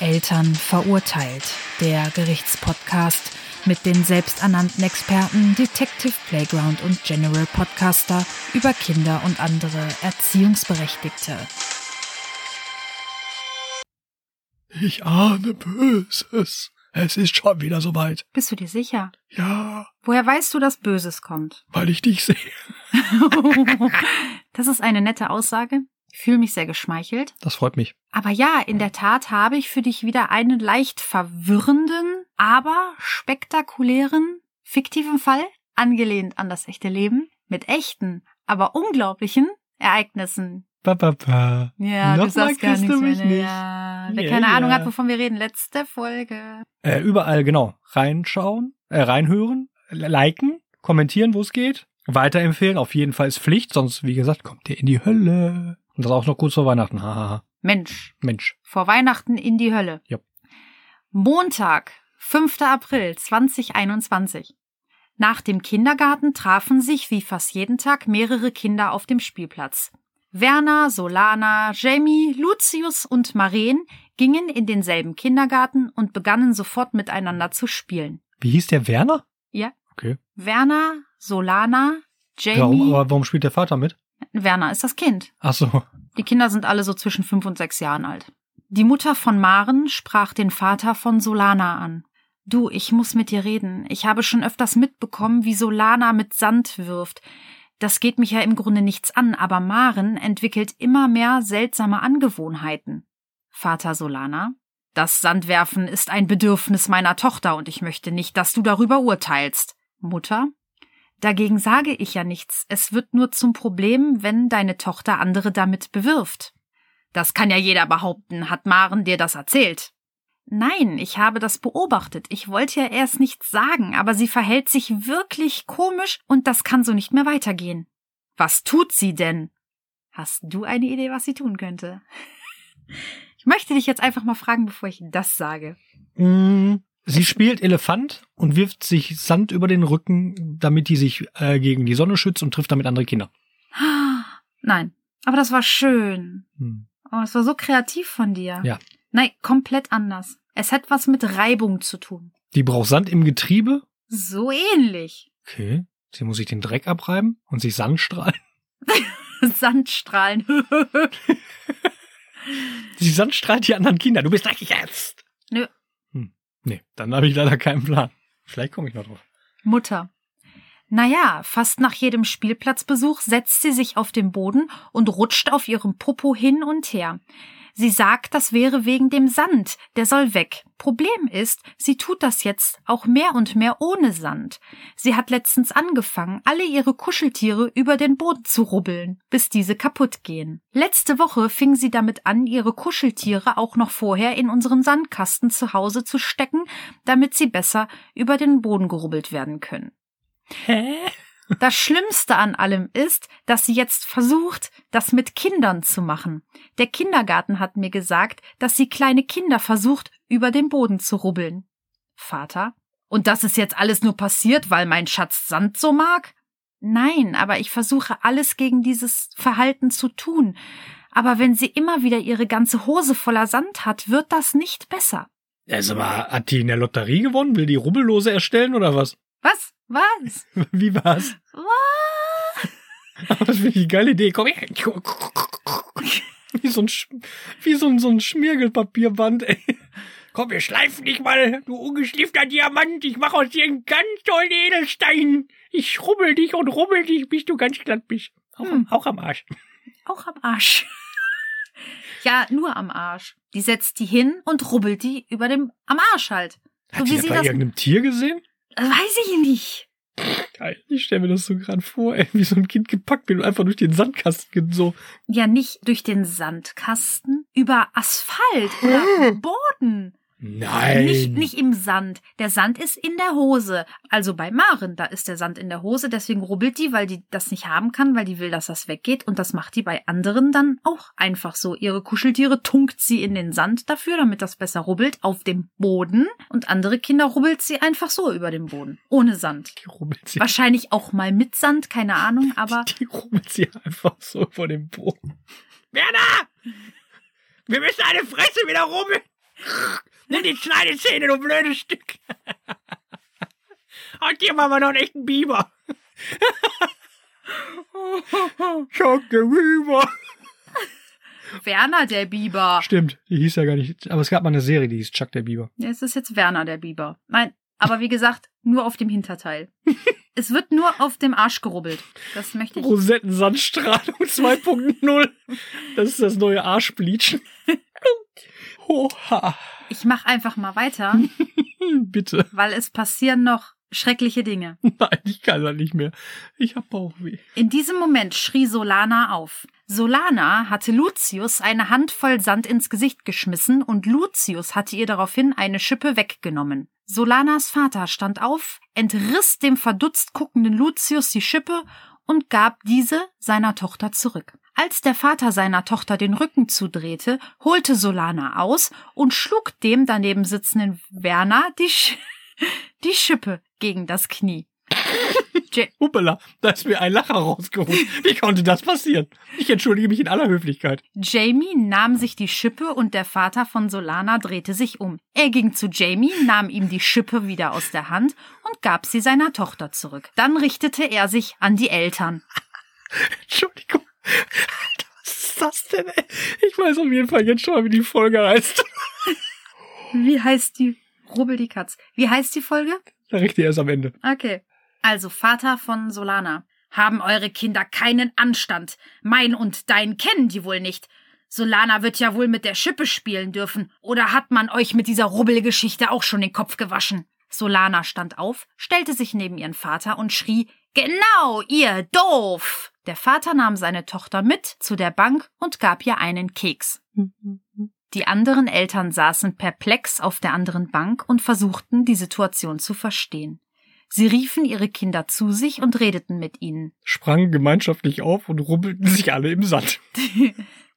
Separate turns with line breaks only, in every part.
Eltern verurteilt. Der Gerichtspodcast mit den selbsternannten Experten Detective Playground und General Podcaster über Kinder und andere Erziehungsberechtigte.
Ich ahne Böses. Es ist schon wieder soweit.
Bist du dir sicher?
Ja,
Woher weißt du, dass Böses kommt?
weil ich dich sehe.
das ist eine nette Aussage. Ich fühle mich sehr geschmeichelt.
Das freut mich.
Aber ja, in der Tat habe ich für dich wieder einen leicht verwirrenden, aber spektakulären, fiktiven Fall, angelehnt an das echte Leben, mit echten, aber unglaublichen Ereignissen.
Ba, ba, ba.
Ja,
Nochmal
du sagst gar
kriegst
nichts
du mich
mehr. ne?
nicht.
Ja, wer
Ja,
keine
ja.
Ahnung hat, wovon wir reden. Letzte Folge.
Äh, überall, genau. Reinschauen, äh, reinhören, li- liken, kommentieren, wo es geht. Weiterempfehlen, auf jeden Fall ist Pflicht, sonst, wie gesagt, kommt ihr in die Hölle. Und das auch noch kurz vor Weihnachten. Hahaha.
Mensch,
Mensch.
vor Weihnachten in die Hölle.
Ja.
Montag, 5. April 2021. Nach dem Kindergarten trafen sich wie fast jeden Tag mehrere Kinder auf dem Spielplatz. Werner, Solana, Jamie, Lucius und Maren gingen in denselben Kindergarten und begannen sofort miteinander zu spielen.
Wie hieß der Werner?
Werner, Solana,
Warum,
Jamie.
aber warum spielt der Vater mit?
Werner ist das Kind.
Ach so.
Die Kinder sind alle so zwischen fünf und sechs Jahren alt. Die Mutter von Maren sprach den Vater von Solana an. Du, ich muss mit dir reden. Ich habe schon öfters mitbekommen, wie Solana mit Sand wirft. Das geht mich ja im Grunde nichts an, aber Maren entwickelt immer mehr seltsame Angewohnheiten. Vater Solana, das Sandwerfen ist ein Bedürfnis meiner Tochter und ich möchte nicht, dass du darüber urteilst. Mutter, Dagegen sage ich ja nichts. Es wird nur zum Problem, wenn deine Tochter andere damit bewirft. Das kann ja jeder behaupten. Hat Maren dir das erzählt? Nein, ich habe das beobachtet. Ich wollte ja erst nichts sagen, aber sie verhält sich wirklich komisch und das kann so nicht mehr weitergehen. Was tut sie denn? Hast du eine Idee, was sie tun könnte? Ich möchte dich jetzt einfach mal fragen, bevor ich das sage.
Mm, Sie spielt Elefant und wirft sich Sand über den Rücken, damit die sich äh, gegen die Sonne schützt und trifft damit andere Kinder.
Nein, aber das war schön.
Hm.
Oh, es war so kreativ von dir.
Ja.
Nein, komplett anders. Es hat was mit Reibung zu tun.
Die braucht Sand im Getriebe.
So ähnlich.
Okay. Sie muss sich den Dreck abreiben und sich Sand strahlen.
Sandstrahlen.
Die Sand strahlt die anderen Kinder. Du bist dreckig jetzt.
Nö.
Hm. Nee, dann habe ich leider keinen Plan. Vielleicht komme ich noch drauf.
Mutter. Naja, fast nach jedem Spielplatzbesuch setzt sie sich auf den Boden und rutscht auf ihrem Popo hin und her. Sie sagt, das wäre wegen dem Sand, der soll weg. Problem ist, sie tut das jetzt auch mehr und mehr ohne Sand. Sie hat letztens angefangen, alle ihre Kuscheltiere über den Boden zu rubbeln, bis diese kaputt gehen. Letzte Woche fing sie damit an, ihre Kuscheltiere auch noch vorher in unseren Sandkasten zu Hause zu stecken, damit sie besser über den Boden gerubbelt werden können.
Hä?
Das Schlimmste an allem ist, dass sie jetzt versucht, das mit Kindern zu machen. Der Kindergarten hat mir gesagt, dass sie kleine Kinder versucht, über den Boden zu rubbeln. Vater? Und das ist jetzt alles nur passiert, weil mein Schatz Sand so mag? Nein, aber ich versuche alles gegen dieses Verhalten zu tun. Aber wenn sie immer wieder ihre ganze Hose voller Sand hat, wird das nicht besser.
Also mal, hat die in der Lotterie gewonnen? Will die Rubbellose erstellen oder was?
Was? Was?
Wie war's?
Was?
Aber Oh, das finde ich eine geile Idee. Komm her. Wie so ein, Sch wie so ein, so ein Schmirgelpapierband, ey. Komm, wir schleifen dich mal, du ungeschliffter Diamant. Ich mache aus dir einen ganz tollen Edelstein. Ich rubbel dich und rubbel dich, bis du ganz glatt bist. Auch, am,
Hm.
auch am Arsch.
Auch am Arsch. ja, nur am Arsch. Die setzt die hin und rubbelt die über dem am Arsch halt. So wie sie das.
Tier gesehen?
Das weiß ich nicht.
Geil. Ich stelle mir das so gerade vor, ey, wie so ein Kind gepackt wird und einfach durch den Sandkasten geht, so.
Ja, nicht durch den Sandkasten, über Asphalt oder Boden.
Nein.
Nicht, nicht im Sand. Der Sand ist in der Hose. Also bei Maren, da ist der Sand in der Hose, deswegen rubbelt die, weil die das nicht haben kann, weil die will, dass das weggeht. Und das macht die bei anderen dann auch einfach so. Ihre Kuscheltiere tunkt sie in den Sand dafür, damit das besser rubbelt, auf dem Boden. Und andere Kinder rubbelt sie einfach so über den Boden. Ohne Sand.
Die rubbelt sie,
Wahrscheinlich auch mal mit Sand, keine Ahnung, aber
die rubbelt sie einfach so vor dem Boden. Werner! Wir müssen eine Fresse wieder rubbeln! Nimm die Schneidezähne, du blödes Stück. Und dir machen wir noch einen echten Biber. Schaut rüber.
Werner der Biber.
Stimmt, die hieß ja gar nicht. Aber es gab mal eine Serie, die hieß Chuck der Biber.
Ja, Es ist jetzt Werner der Biber. Nein, aber wie gesagt, nur auf dem Hinterteil. Es wird nur auf dem Arsch gerubbelt. Das möchte ich.
Rosettensandstrahlung 2.0. Das ist das neue Arschbleachen. Oha.
Ich mache einfach mal weiter,
Hm, Bitte.
weil es passieren noch schreckliche Dinge.
Nein, ich kann das nicht mehr. Ich hab Bauchweh.
In diesem Moment schrie Solana auf. Solana hatte Lucius eine Handvoll Sand ins Gesicht geschmissen und Lucius hatte ihr daraufhin eine Schippe weggenommen. Solanas Vater stand auf, entriss dem verdutzt guckenden Lucius die Schippe und gab diese seiner Tochter zurück. Als der Vater seiner Tochter den Rücken zudrehte, holte Solana aus und schlug dem daneben sitzenden Werner die, Sch die Schippe gegen das Knie. Ja-
Huppala, da ist mir ein Lacher rausgerutscht. Wie konnte das passieren? Ich entschuldige mich in aller Höflichkeit.
Jamie nahm sich die Schippe und der Vater von Solana drehte sich um. Er ging zu Jamie, nahm ihm die Schippe wieder aus der Hand und gab sie seiner Tochter zurück. Dann richtete er sich an die Eltern.
Entschuldigung. Alter, was ist das denn? Ey? Ich weiß auf jeden Fall jetzt schon mal, wie die Folge heißt.
Wie heißt die? Rubbel die Katz. Wie heißt die Folge?
Da riecht ihr erst am Ende.
Okay. Also Vater von Solana. Haben eure Kinder keinen Anstand. Mein und dein kennen die wohl nicht. Solana wird ja wohl mit der Schippe spielen dürfen. Oder hat man euch mit dieser Rubbelgeschichte auch schon den Kopf gewaschen? Solana stand auf, stellte sich neben ihren Vater und schrie Genau, ihr doof. Der Vater nahm seine Tochter mit zu der Bank und gab ihr einen Keks. Die anderen Eltern saßen perplex auf der anderen Bank und versuchten, die Situation zu verstehen. Sie riefen ihre Kinder zu sich und redeten mit ihnen.
Sprangen gemeinschaftlich auf und rumpelten sich alle im Sand.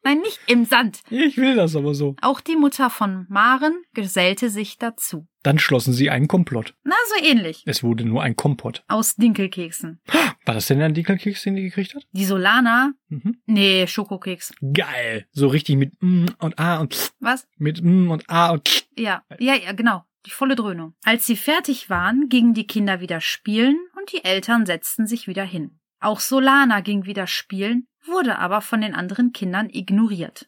Nein, nicht im Sand.
Ich will das aber so.
Auch die Mutter von Maren gesellte sich dazu.
Dann schlossen sie einen Komplott.
Na, so ähnlich.
Es wurde nur ein Kompott.
Aus Dinkelkeksen.
War das denn ein Dinkelkeks, den die gekriegt hat?
Die Solana.
Mhm.
Nee, Schokokeks.
Geil. So richtig mit mm und a und pst,
Was?
mit mm und a und pst.
Ja. Ja, ja, genau. Die volle Dröhnung. Als sie fertig waren, gingen die Kinder wieder spielen und die Eltern setzten sich wieder hin. Auch Solana ging wieder spielen, wurde aber von den anderen Kindern ignoriert.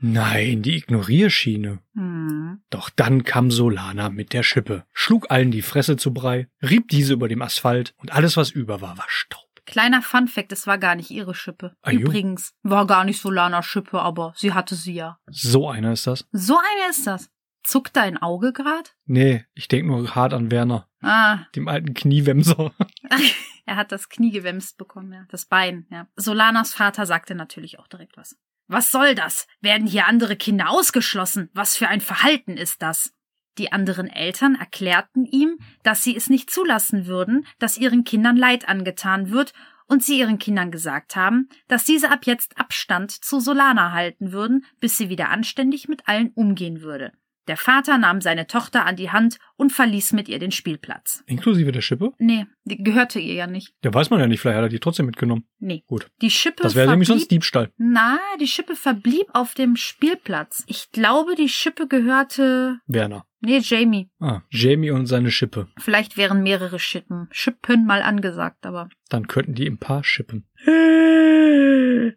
Nein, Hm. die Ignorierschiene.
Hm.
Doch dann kam Solana mit der Schippe, schlug allen die Fresse zu Brei, rieb diese über dem Asphalt und alles, was über war, war Staub.
Kleiner Funfact, es war gar nicht ihre Schippe.
Ah, jo.
Übrigens, war gar nicht Solanas Schippe, aber sie hatte sie ja.
So einer ist das.
So eine ist das. Zuckt dein Auge grad?
Nee, ich denk nur hart an Werner,
Ah,
dem alten Kniewemser.
er hat das Knie gewämst bekommen, ja. Das Bein, ja. Solanas Vater sagte natürlich auch direkt was. Was soll das? Werden hier andere Kinder ausgeschlossen? Was für ein Verhalten ist das? Die anderen Eltern erklärten ihm, dass sie es nicht zulassen würden, dass ihren Kindern Leid angetan wird, und sie ihren Kindern gesagt haben, dass diese ab jetzt Abstand zu Solana halten würden, bis sie wieder anständig mit allen umgehen würde. Der Vater nahm seine Tochter an die Hand und verließ mit ihr den Spielplatz.
Inklusive der Schippe?
Nee, die gehörte ihr ja nicht.
Ja, weiß man ja nicht, vielleicht hat er die trotzdem mitgenommen.
Nee.
Gut.
Die Schippe
Das wäre nämlich sonst
verblieb-
Diebstahl.
Na, die Schippe verblieb auf dem Spielplatz. Ich glaube, die Schippe gehörte.
Werner.
Nee, Jamie.
Ah, Jamie und seine Schippe.
Vielleicht wären mehrere Schippen. Schippen mal angesagt, aber.
Dann könnten die im Paar schippen.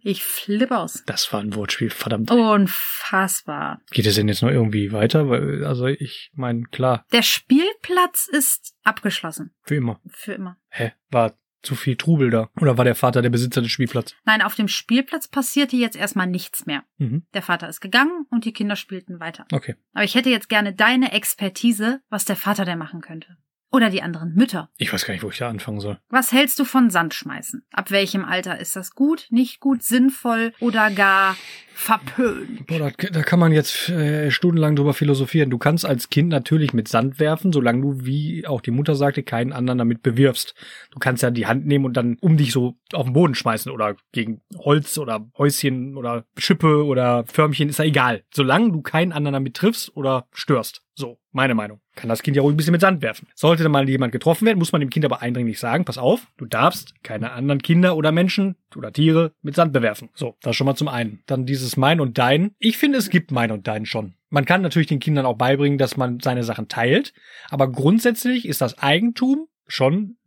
Ich flippe aus.
Das war ein Wortspiel,
Oh.
verdammt.
Unfassbar.
Geht es denn jetzt noch irgendwie weiter? Weil, also ich meine, klar,
Der Spielplatz ist abgeschlossen.
für immer.
Für immer.
Hä? War zu viel Trubel da? Oder war der Vater der Besitzer des Spielplatzes?
Nein, auf dem Spielplatz passierte jetzt erstmal nichts mehr.
Mhm.
Der Vater ist gegangen und die Kinder spielten weiter.
Okay.
Aber ich hätte jetzt gerne deine Expertise, was der Vater denn machen könnte. Oder die anderen Mütter.
Ich weiß gar nicht, wo ich da anfangen soll.
Was hältst du von Sandschmeißen? Ab welchem Alter ist das gut, nicht gut, sinnvoll oder gar verpönt?
Boah, da, da kann man jetzt äh, stundenlang drüber philosophieren. Du kannst als Kind natürlich mit Sand werfen, solange du, wie auch die Mutter sagte, keinen anderen damit bewirfst. Du kannst ja die Hand nehmen und dann um dich so auf den Boden schmeißen oder gegen Holz oder Häuschen oder Schippe oder Förmchen, ist ja egal. Solange du keinen anderen damit triffst oder störst. So, meine Meinung. Kann das Kind ja ruhig ein bisschen mit Sand werfen. Sollte mal jemand getroffen werden, muss man dem Kind aber eindringlich sagen, pass auf, du darfst keine anderen Kinder oder Menschen oder Tiere mit Sand bewerfen. So, das schon mal zum einen. Dann dieses Mein und Dein. Ich finde, es gibt Mein und Dein schon. Man kann natürlich den Kindern auch beibringen, dass man seine Sachen teilt, aber grundsätzlich ist das Eigentum schon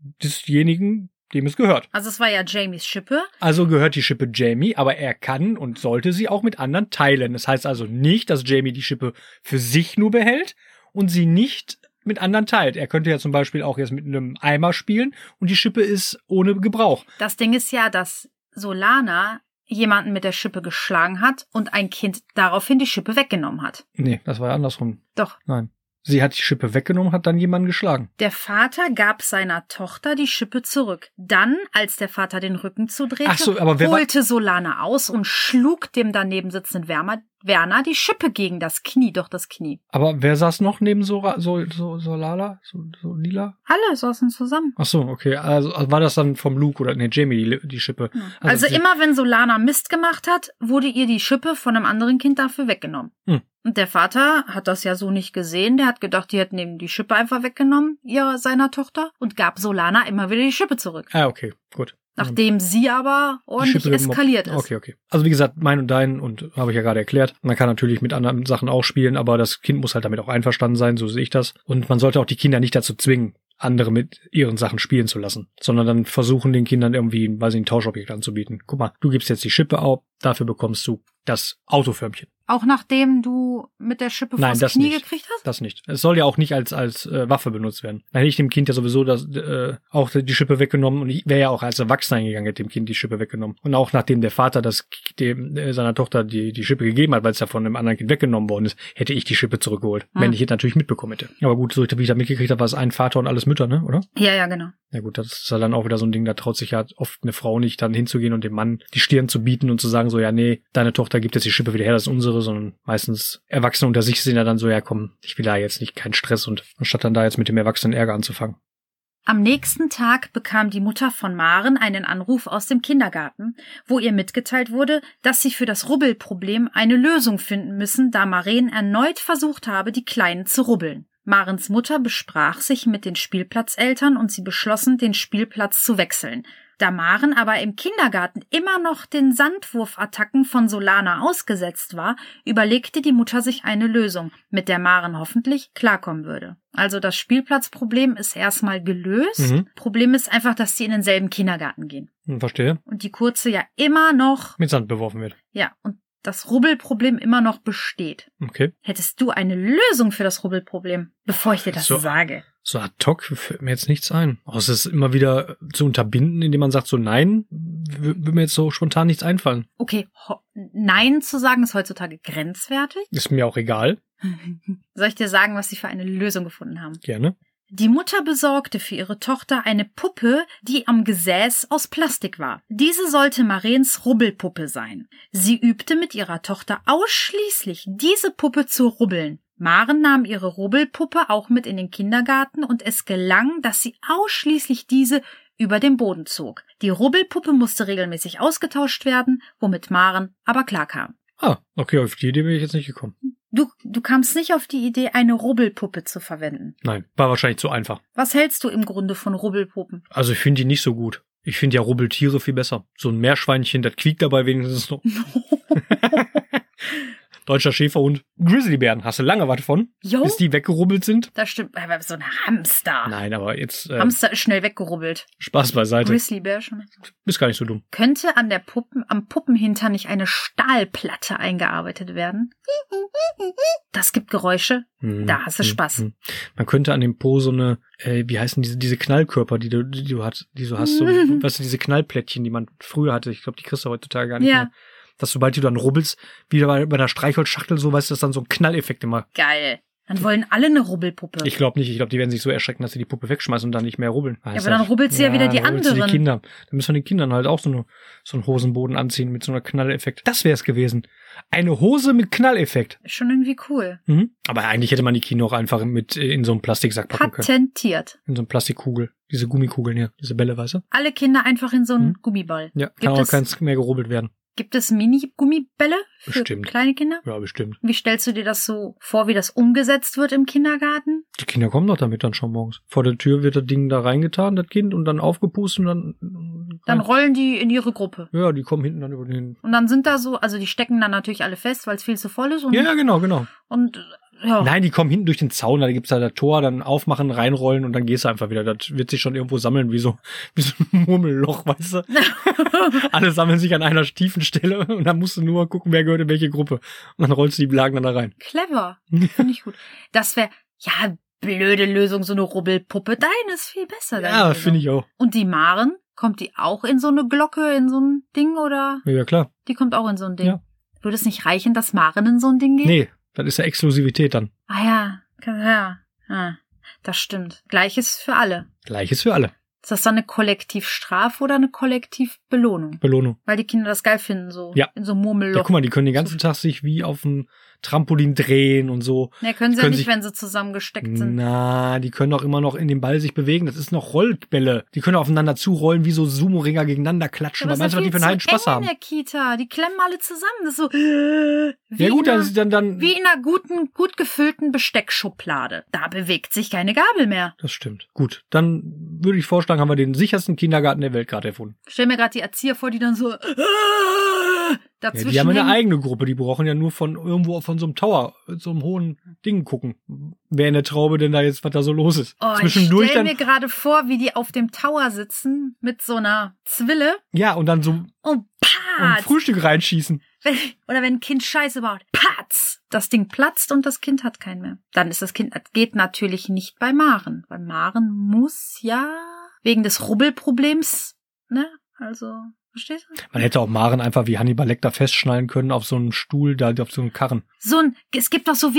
desjenigen, dem es gehört.
Also es war ja Jamies Schippe.
Also gehört die Schippe Jamie, aber er kann und sollte sie auch mit anderen teilen. Das heißt also nicht, dass Jamie die Schippe für sich nur behält und sie nicht mit anderen teilt. Er könnte ja zum Beispiel auch jetzt mit einem Eimer spielen und die Schippe ist ohne Gebrauch.
Das Ding ist ja, dass Solana jemanden mit der Schippe geschlagen hat und ein Kind daraufhin die Schippe weggenommen hat.
Nee, das war ja andersrum.
Doch,
Nein. Sie hat die Schippe weggenommen, hat dann jemanden geschlagen.
der Vater gab seiner Tochter die Schippe zurück. Dann, als der Vater den Rücken zudrehte,
Ach so, aber wer war-
holte Solana aus und schlug dem daneben sitzenden Werner, Werner die Schippe gegen das Knie, doch das Knie.
Aber wer saß noch neben Sora, so, so, so Lala? So, so Lila?
Alle saßen zusammen.
Ach so, okay. Also war das dann vom Luke oder nee, Jamie die, die Schippe.
Also,
sie-
immer wenn Solana Mist gemacht hat, wurde ihr die Schippe von einem anderen Kind dafür weggenommen.
Hm.
Und der Vater hat das ja so nicht gesehen. Der hat gedacht, die hätten ihm die Schippe einfach weggenommen, ihr seiner Tochter, und gab Solana immer wieder die Schippe zurück.
Ah, okay, gut.
Nachdem sie aber
Die
ordentlich
Schippe-
eskaliert ist.
Okay, okay. Also wie gesagt, mein und dein und habe ich ja gerade erklärt. Man kann natürlich mit anderen Sachen auch spielen, aber das Kind muss halt damit auch einverstanden sein, so sehe ich das. Und man sollte auch die Kinder nicht dazu zwingen, andere mit ihren Sachen spielen zu lassen, sondern dann versuchen den Kindern irgendwie, weiß ich, ein Tauschobjekt anzubieten. Guck mal, du gibst jetzt die Schippe auf, dafür bekommst du das Autoförmchen.
Auch nachdem du mit der Schippe
Nein,
vors
das
Knie
nicht.
gekriegt hast?
Das nicht. Es soll ja auch nicht als als äh, Waffe benutzt werden. Dann hätte ich dem Kind ja sowieso das, äh, auch die Schippe weggenommen und ich wäre ja auch als Erwachsener gegangen, hätte dem Kind die Schippe weggenommen. Und auch nachdem der Vater das K- dem äh, seiner Tochter die die Schippe gegeben hat, weil es ja von einem anderen Kind weggenommen worden ist, hätte ich die Schippe zurückgeholt,
Hm.
wenn ich es natürlich mitbekommen hätte. Aber gut, so wie ich da mitgekriegt habe, war es ein Vater und alles Mütter, ne? Oder?
Ja, ja, genau.
Ja gut, das ist ja dann auch wieder so ein Ding, da traut sich ja oft eine Frau nicht, dann hinzugehen und dem Mann die Stirn zu bieten und zu sagen, so, ja, nee, deine Tochter gibt jetzt die Schippe wieder her, das ist unsere, sondern meistens Erwachsene unter sich sind ja dann so, ja komm, ich will da jetzt nicht keinen Stress und anstatt dann da jetzt mit dem Erwachsenen Ärger anzufangen.
Am nächsten Tag bekam die Mutter von Maren einen Anruf aus dem Kindergarten, wo ihr mitgeteilt wurde, dass sie für das Rubbelproblem eine Lösung finden müssen, da Maren erneut versucht habe, die Kleinen zu rubbeln. Marens Mutter besprach sich mit den Spielplatzeltern und sie beschlossen, den Spielplatz zu wechseln. Da Maren aber im Kindergarten immer noch den Sandwurfattacken von Solana ausgesetzt war, überlegte die Mutter sich eine Lösung, mit der Maren hoffentlich klarkommen würde. Also das Spielplatzproblem ist erstmal gelöst.
Mhm.
Problem ist einfach, dass sie in denselben Kindergarten gehen.
Hm, verstehe.
Und die Kurze ja immer noch,
Mit Sand beworfen wird.
ja, und das Rubbelproblem immer noch besteht.
Okay.
Hättest du eine Lösung für das Rubbelproblem, bevor ich dir das
So.
sage?
So ad hoc fällt mir jetzt nichts ein. Außer es immer wieder zu unterbinden, indem man sagt, so nein, wür- würde mir jetzt so spontan nichts einfallen.
Okay, ho- Nein zu sagen ist heutzutage grenzwertig.
Ist mir auch egal.
Soll ich dir sagen, was sie für eine Lösung gefunden haben?
Gerne.
Die Mutter besorgte für ihre Tochter eine Puppe, die am Gesäß aus Plastik war. Diese sollte Marens Rubbelpuppe sein. Sie übte mit ihrer Tochter ausschließlich diese Puppe zu rubbeln. Maren nahm ihre Rubbelpuppe auch mit in den Kindergarten und es gelang, dass sie ausschließlich diese über den Boden zog. Die Rubbelpuppe musste regelmäßig ausgetauscht werden, womit Maren aber klarkam.
Ah, okay, auf die Idee bin ich jetzt nicht gekommen.
Du, du kamst nicht auf die Idee, eine Rubbelpuppe zu verwenden.
Nein, war wahrscheinlich zu einfach.
Was hältst du im Grunde von Rubbelpuppen?
Also ich finde die nicht so gut. Ich finde ja Rubbeltiere viel besser. So ein Meerschweinchen, das quiekt dabei wenigstens noch. Deutscher Schäferhund. Grizzlybären, hast du lange was von?
Jo,
Bis die weggerubbelt sind?
das stimmt. Aber so ein Hamster.
Nein, aber jetzt äh, also
Hamster ist schnell weggerubbelt.
Spaß beiseite.
Grizzlybär schon.
Ist gar nicht so dumm.
Könnte an der Puppen, am Puppenhinter nicht eine Stahlplatte eingearbeitet werden? Das gibt Geräusche.
Hm,
Da hast du
hm,
Spaß.
hm. Man könnte an dem Po so eine, äh, wie heißen diese, diese Knallkörper, die du, die du hast, die du hast, so, weißt du, diese Knallplättchen, die man früher hatte. Ich glaube, die kriegst du heutzutage gar nicht
Ja.
mehr. Dass sobald du dann rubbelst, wie bei, bei einer Streichholzschachtel, so weißt du, dass dann so ein Knalleffekt immer
Geil. Dann wollen alle eine Rubbelpuppe.
Ich glaube nicht. Ich glaube, die werden sich so erschrecken, dass sie die Puppe wegschmeißen und dann nicht mehr rubbeln. Ja,
aber dann rubbelt sie ja wieder die anderen.
Die Kinder. Dann müssen wir den Kindern halt auch so, eine, so einen Hosenboden anziehen mit so einer Knalleffekt. Das wäre es gewesen. Eine Hose mit Knalleffekt.
Ist schon irgendwie cool.
Mhm. Aber eigentlich hätte man die Kinder auch einfach mit äh, in so einen Plastiksack packen können.
Patentiert.
In so einen Plastikkugel. Diese Gummikugeln hier. Diese Bälle, weißt du?
Alle Kinder einfach in so einen
Hm.
Gummiball.
Ja,
Gibt
kann auch
es-
keins mehr gerubbelt werden.
Gibt es Mini-Gummibälle für
Bestimmt.
kleine Kinder?
Ja, bestimmt.
Wie stellst du dir das so vor, wie das umgesetzt wird im Kindergarten?
Die Kinder kommen doch damit dann schon morgens. Vor der Tür wird das Ding da reingetan, das Kind, und dann aufgepustet und dann.
Dann rollen die in ihre Gruppe.
ja, die kommen hinten dann über den.
Und dann sind da so, also die stecken dann natürlich alle fest, weil es viel zu voll ist. Und,
Ja, ja, genau, genau.
und äh, ja.
Nein, die kommen hinten durch den Zaun, da gibt's da das Tor, dann aufmachen, reinrollen und dann gehst du einfach wieder. Das wird sich schon irgendwo sammeln, wie so, wie so ein Murmelloch, weißt du? Alle sammeln sich an einer tiefen Stelle und dann musst du nur gucken, wer gehört in welche Gruppe. Und dann rollst du die Blagen dann da rein.
Clever. Finde ich gut. Das wäre, ja, blöde Lösung, so eine Rubbelpuppe. Deine ist viel besser. deine
Ja,
Lösung.
finde ich auch.
Und die Maren, kommt die auch in so eine Glocke, in so ein Ding oder?
Ja, klar.
Die kommt auch in so ein Ding.
Ja.
Würde es nicht reichen, dass Maren in so ein Ding geht?
Nee, das ist ja Exklusivität dann.
Ah ja, kann, ja. Ah, das stimmt. Gleiches für alle.
Gleiches für alle.
Ist das dann eine Kollektivstrafe oder eine Kollektivbelohnung?
Belohnung.
Weil die Kinder das geil finden, so
Ja.
in so einem
Ja,
Murmelloch.
guck mal, die können den ganzen Tag sich wie auf dem Trampolin drehen und so.
Ja, können sie
können
ja nicht,
sich-
wenn sie zusammengesteckt sind.
Na, die können doch immer noch in den Ball sich bewegen. Das ist noch Rollbälle. Die können aufeinander zurollen, wie so Sumo-Ringer gegeneinander klatschen.
Aber
Was
es
meinst du, was die
ist
für einen
viel
heiden
zu
Spaß
eng
haben?
In der Kita, die klemmen alle zusammen. Das ist so. Wie
Ja gut,
in
dann,
einer,
dann, dann
wie in einer guten, gut gefüllten Besteckschublade. Da bewegt sich keine Gabel mehr.
das stimmt. Gut, dann würde ich vorschlagen, haben wir den sichersten Kindergarten der Welt gerade erfunden.
Ich Stell mir gerade die Erzieher vor, die dann so
Ja,
dazwischen
die haben eine
hängen.
eigene Gruppe, die brauchen ja nur von irgendwo von so einem Tower, so einem hohen Ding gucken. Wer in der Traube denn da jetzt, was da so los ist.
Oh, ich
Zwischendurch
stell mir
dann,
gerade vor, wie die auf dem Tower sitzen mit so einer Zwille
ja, und dann so
und
ein
patz.
Frühstück reinschießen.
Wenn, oder wenn ein Kind Scheiße baut, patz. Das Ding platzt und das Kind hat keinen mehr. Dann ist das Kind, das geht natürlich nicht bei Maren, weil Maren muss ja wegen des Rubbelproblems, ne? Also, verstehst du?
Man hätte auch Maren einfach wie Hannibal Lecter festschnallen können auf so einem Stuhl, da auf so einem Karren.
So ein, es gibt doch so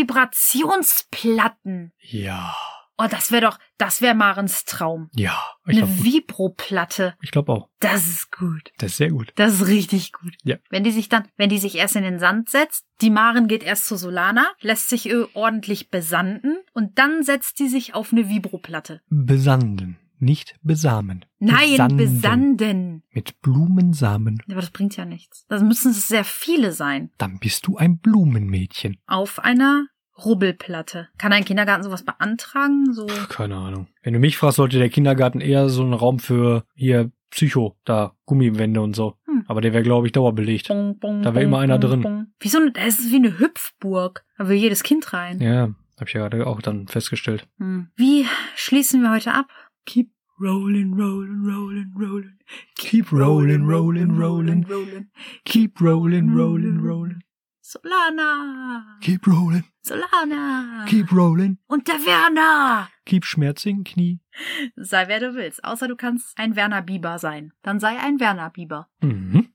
Vibrationsplatten.
Ja,
Oh, das wäre doch, das wäre Marens Traum.
ja. Ich
Eine
glaube
Vibroplatte.
glaub auch.
Das ist gut.
Das ist sehr gut.
Das ist richtig gut.
Ja.
Wenn die sich dann, wenn die sich erst in den Sand setzt, die Maren geht erst zu Solana, lässt sich äh, ordentlich besanden und dann setzt die sich auf eine Vibroplatte.
Besanden, nicht besamen.
Nein, besanden.
Mit Blumensamen.
Aber das bringt ja nichts. Das müssen es sehr viele sein.
Dann bist du ein Blumenmädchen.
Auf einer Rubbelplatte. Kann ein Kindergarten sowas beantragen? So.
Keine Ahnung. Wenn du mich fragst, sollte der Kindergarten eher so ein Raum für hier Psycho, da Gummiwände und so.
Hm.
Aber der wäre, glaube ich, dauerbelegt.
Bong, bong,
Da wär immer einer drin.
Wie so eine, das ist wie eine Hüpfburg. Da will jedes Kind rein.
Ja, habe ich ja gerade auch dann festgestellt.
Hm. Wie schließen wir heute ab? Keep rolling, rolling, rolling, rolling.
Keep rolling, rolling, rolling.
rolling.
Keep rolling, rolling, rolling.
Solana!
Keep rolling,
Solana!
keep rolling.
Und der Werner!
Keep schmerzigen Knie.
Sei wer du willst, außer du kannst ein Werner Bieber sein. Dann sei ein Werner Bieber.
Mhm.